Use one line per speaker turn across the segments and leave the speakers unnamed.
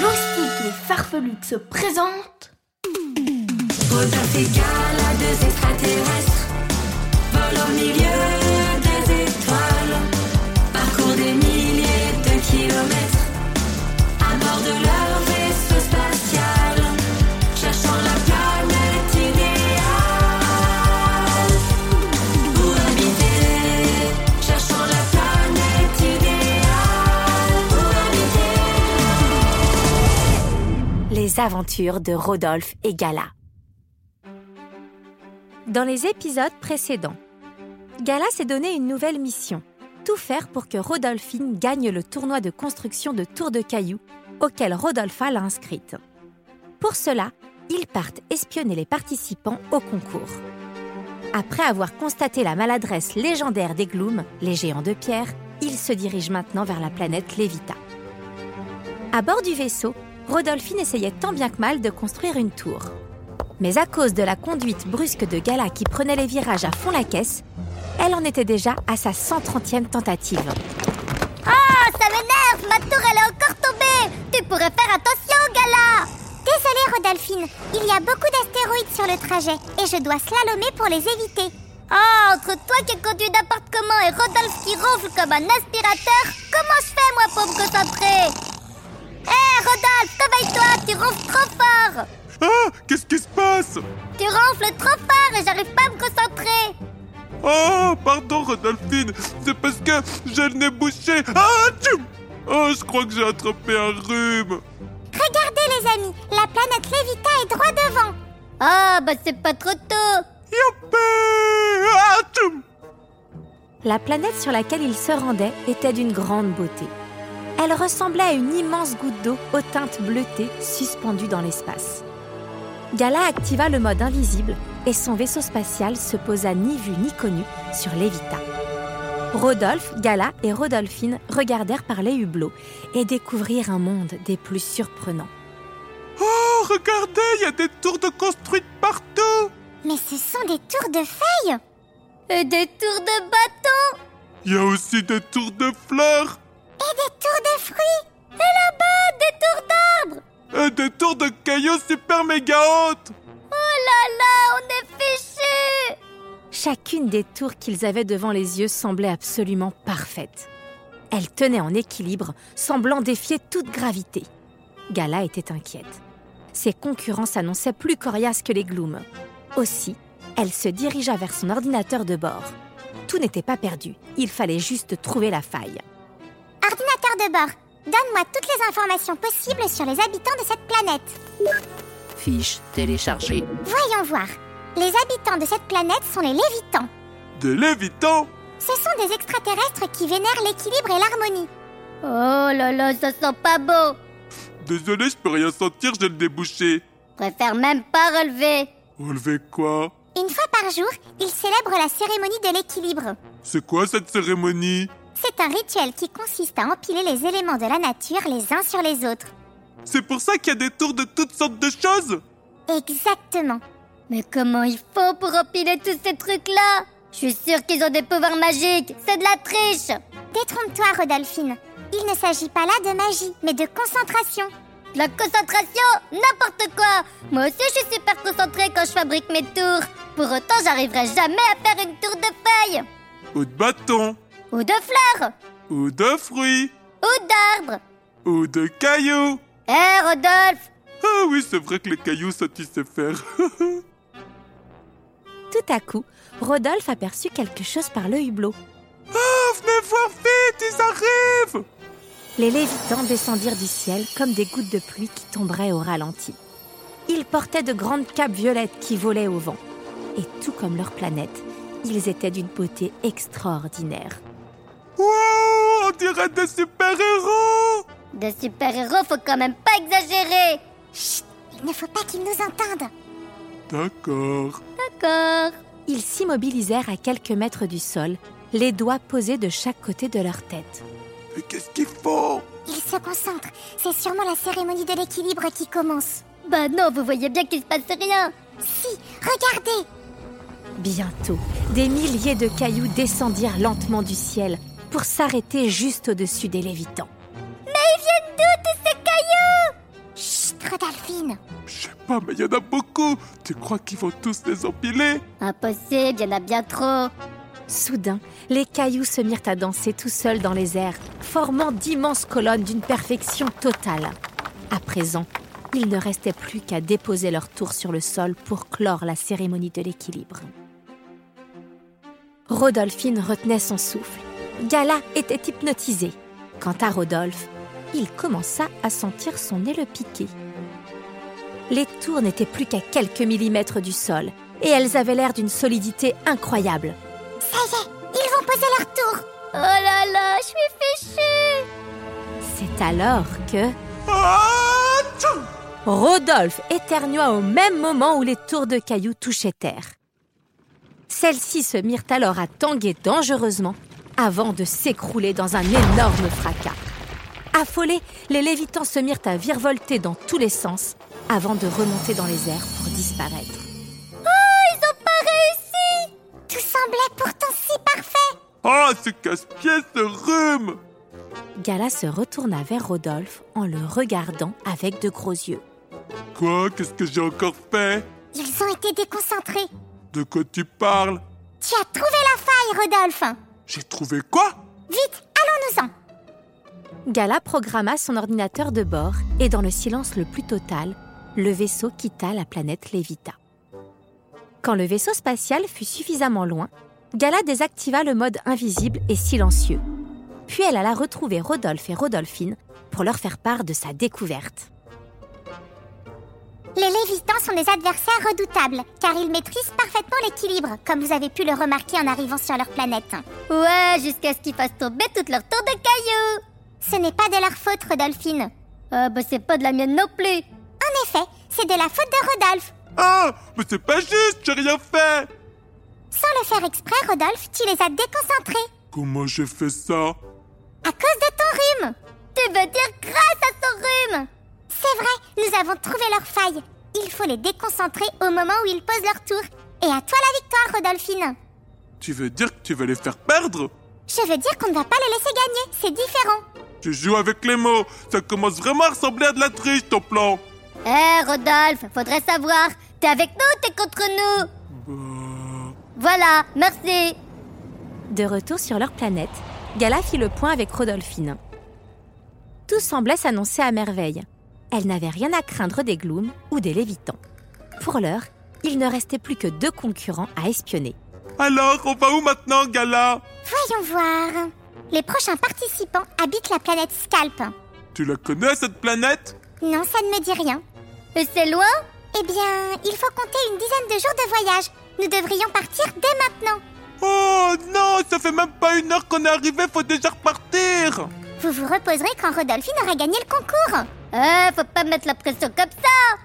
Loustique et Farfelux se présentent.
Rodolphe égale à deux extraterrestres. Vol au milieu des étoiles. Parcours des milliers de kilomètres. À bord de leur vaisseau spatial. Cherchant la planète idéale. Pour habiter. Cherchant la planète idéale. Pour habiter.
Les aventures de Rodolphe et Gala. Dans les épisodes précédents, Gala s'est donné une nouvelle mission tout faire pour que Rodolphine gagne le tournoi de construction de tours de cailloux auquel Rodolpha l'a inscrite. Pour cela, ils partent espionner les participants au concours. Après avoir constaté la maladresse légendaire des Glooms, les géants de pierre, ils se dirigent maintenant vers la planète Levita. À bord du vaisseau, Rodolphine essayait tant bien que mal de construire une tour. Mais à cause de la conduite brusque de Gala qui prenait les virages à fond la caisse, elle en était déjà à sa 130e tentative.
Ah, ça m'énerve Ma tour, elle est encore tombée Tu pourrais faire attention, Gala
Désolée Rodolphine, il y a beaucoup d'astéroïdes sur le trajet et je dois slalomer pour les éviter.
Ah, entre toi qui conduis n'importe comment et Rodolphe qui ronfle comme un aspirateur, comment je fais, moi, pour me concentrer Hé, Rodolphe, réveille-toi Tu ronfles trop fort
Ah Qu'est-ce qui se passe
Tu ronfles trop fort et j'arrive pas à me concentrer
Oh Pardon, Rodolphine C'est parce que j'ai le nez bouché Ah tu Oh, je crois que j'ai attrapé un rhume
Regardez les amis, la planète Levita est droit devant.
Ah, bah c'est pas trop tôt
Youpi Ah tu
La planète sur laquelle ils se rendaient était d'une grande beauté. Elle ressemblait à une immense goutte d'eau aux teintes bleutées suspendue dans l'espace. Gala activa le mode invisible et son vaisseau spatial se posa ni vu ni connu sur Levita. Rodolphe, Gala et Rodolphine regardèrent par les hublots et découvrirent un monde des plus surprenants.
Oh, regardez Il y a des tours de construites partout
Mais ce sont des tours de feuilles
Et des tours de bâton
Il y a aussi des tours de fleurs
et des tours de fruits.
Des tours d'arbres
Et euh, des tours de cailloux super méga hautes
Oh là
Ah,
là, on est fichus
Chacune des tours qu'ils avaient devant les yeux semblait absolument parfaite. Elle tenait en équilibre, semblant défier toute gravité. Gala était inquiète. Ses concurrents s'annonçaient plus coriaces que les Glooms. Aussi, elle se dirigea vers son ordinateur de bord. Tout n'était pas perdu, il fallait juste trouver la faille.
Ordinateur de bord, donne-moi toutes les informations possibles sur les habitants de cette planète.
Fiche téléchargée.
Voyons voir. Les habitants de cette planète sont les Lévitans.
Des lévitants
Ce sont des extraterrestres qui vénèrent l'équilibre et l'harmonie.
Oh là là, ça sent pas beau
Désolé, je peux rien sentir, j'ai le nez bouché
Préfère même pas relever
Relevez quoi
Une fois par jour, ils célèbrent la cérémonie de l'équilibre.
C'est quoi cette cérémonie
C'est un rituel qui consiste à empiler les éléments de la nature les uns sur les autres.
C'est pour ça qu'il y a des tours de toutes sortes de choses
Exactement.
Mais comment ils font pour empiler tous ces trucs-là Je suis sûre qu'ils ont des pouvoirs magiques C'est de la triche
Détrompe-toi, Rodolphine. Il ne s'agit pas là de magie, mais de concentration.
De La concentration N'importe quoi Moi aussi, je suis super concentrée quand je fabrique mes tours Pour autant, j'arriverai jamais à faire une tour de feuilles
Ou de bâtons
Ou de fleurs
Ou de fruits
Ou d'arbres
Ou de cailloux
Hé, Rodolphe
Ah oui, c'est vrai que les cailloux, ça tu sais faire.
Tout à coup, Rodolphe aperçut quelque chose par le hublot.
Ah, venez voir vite, ils arrivent
Les Lévitans descendirent du ciel comme des gouttes de pluie qui tomberaient au ralenti. Ils portaient de grandes capes violettes qui volaient au vent. Et tout comme leur planète, ils étaient d'une beauté extraordinaire.
Wow, sera des super-héros
Des super-héros, faut quand même pas exagérer
Il ne faut pas qu'ils nous entendent.
D'accord.
D'accord.
Ils s'immobilisèrent à quelques mètres du sol, les doigts posés de chaque côté de leur tête.
Mais qu'est-ce qu'ils font
Ils se concentrent. C'est sûrement la cérémonie de l'équilibre qui commence.
Bah non, vous voyez bien qu'il se passe rien
Si, regardez
Bientôt, des milliers de cailloux descendirent lentement du ciel pour s'arrêter juste au-dessus des lévitants.
Chut, Rodolphine
Je sais pas, Bah, mais il y en a beaucoup. Tu crois qu'ils vont tous les empiler
Impossible, y en a bien trop
Soudain, les cailloux se mirent à danser tout seuls dans les airs, formant d'immenses colonnes d'une perfection totale. À présent, il ne restait plus qu'à déposer leur tour sur le sol pour clore la cérémonie de l'équilibre. Rodolphine retenait son souffle. Gala était hypnotisé. Quant à Rodolphe, il commença à sentir son nez le piquer. Les tours n'étaient plus qu'à quelques millimètres du sol, et elles avaient l'air d'une solidité incroyable.
Ça y est, ils vont poser leur tour
Oh là là, je suis fichue
C'est alors que
Ah tchou
Rodolphe éternua au même moment où les tours de cailloux touchaient terre. Celles-ci se mirent alors à tanguer dangereusement avant de s'écrouler dans un énorme fracas. Affolés, les lévitants se mirent à virevolter dans tous les sens avant de remonter dans les airs pour disparaître.
Tout semblait pourtant si parfait
Ah, ce casse-pied se rhume
Gala se retourna vers Rodolphe en le regardant avec de gros yeux.
Quoi Qu'est-ce que j'ai encore fait
Ils ont été déconcentrés.
De quoi tu parles
Tu as trouvé la faille, Rodolphe
J'ai trouvé quoi
Vite, allons-nous-en
Gala programma son ordinateur de bord et dans le silence le plus total, le vaisseau quitta la planète Levita. Quand le vaisseau spatial fut suffisamment loin, Gala désactiva le mode invisible et silencieux. Puis elle alla retrouver Rodolphe et Rodolphine pour leur faire part de sa découverte.
Les Lévitans sont des adversaires redoutables, car ils maîtrisent parfaitement l'équilibre, comme vous avez pu le remarquer en arrivant sur leur planète.
Ouais, jusqu'à ce qu'ils fassent tomber toute leur tour de cailloux
Ce n'est pas de leur faute, Rodolphine.
Ah bah c'est pas de la mienne non plus
En effet, c'est de la faute de Rodolphe.
Ah Mais c'est pas juste, j'ai rien fait
Sans le faire exprès, Rodolphe, tu les as déconcentrés.
Comment j'ai fait ça
À cause de ton rhume
Tu veux dire grâce à son rhume
C'est vrai, nous avons trouvé leur faille. Il faut les déconcentrer au moment où ils posent leur tour. Et à toi la victoire, Rodolphine.
Tu veux dire que tu vas les faire perdre
Je veux dire qu'on ne va pas les laisser gagner, c'est différent.
Tu joues avec les mots, ça commence vraiment à ressembler à de la triche ton plan
Eh Rodolphe, faudrait savoir, t'es avec nous ou t'es contre nous
Bah...
Voilà, merci
De retour sur leur planète, Gala fit le point avec Rodolphine. Tout semblait s'annoncer à merveille. Elle n'avait rien à craindre des Glooms ou des Lévitans. Pour l'heure, il ne restait plus que deux concurrents à espionner.
Alors, on va où maintenant, Gala
Voyons voir. Les prochains participants habitent la planète Scalp.
Tu la connais, cette planète
Non, ça ne me dit rien.
Et c'est loin
Eh bien, il faut compter une dizaine de jours de voyage. Nous devrions partir dès maintenant.
Oh non, ça fait même pas une heure qu'on est arrivé, faut déjà repartir
Vous vous reposerez quand Rodolphine aura gagné le concours.
Eh, faut pas mettre la pression comme ça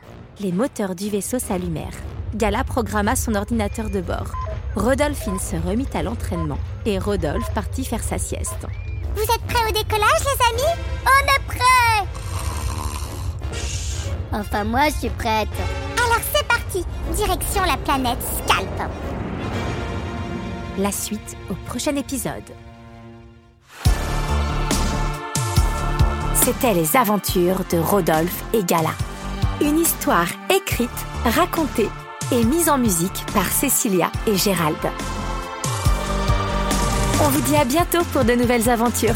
Les moteurs du vaisseau s'allumèrent. Gala programma son ordinateur de bord. Rodolphine se remit à l'entraînement et Rodolphe partit faire sa sieste.
Vous êtes prêts au décollage, les amis
On est prêt Enfin moi je suis prête
Alors c'est parti. Direction la planète Scalp.
La suite au prochain épisode. C'était les aventures de Rodolphe et Gala. Une histoire écrite, racontée et mise en musique par Cécilia et Gérald. On vous dit à bientôt pour de nouvelles aventures.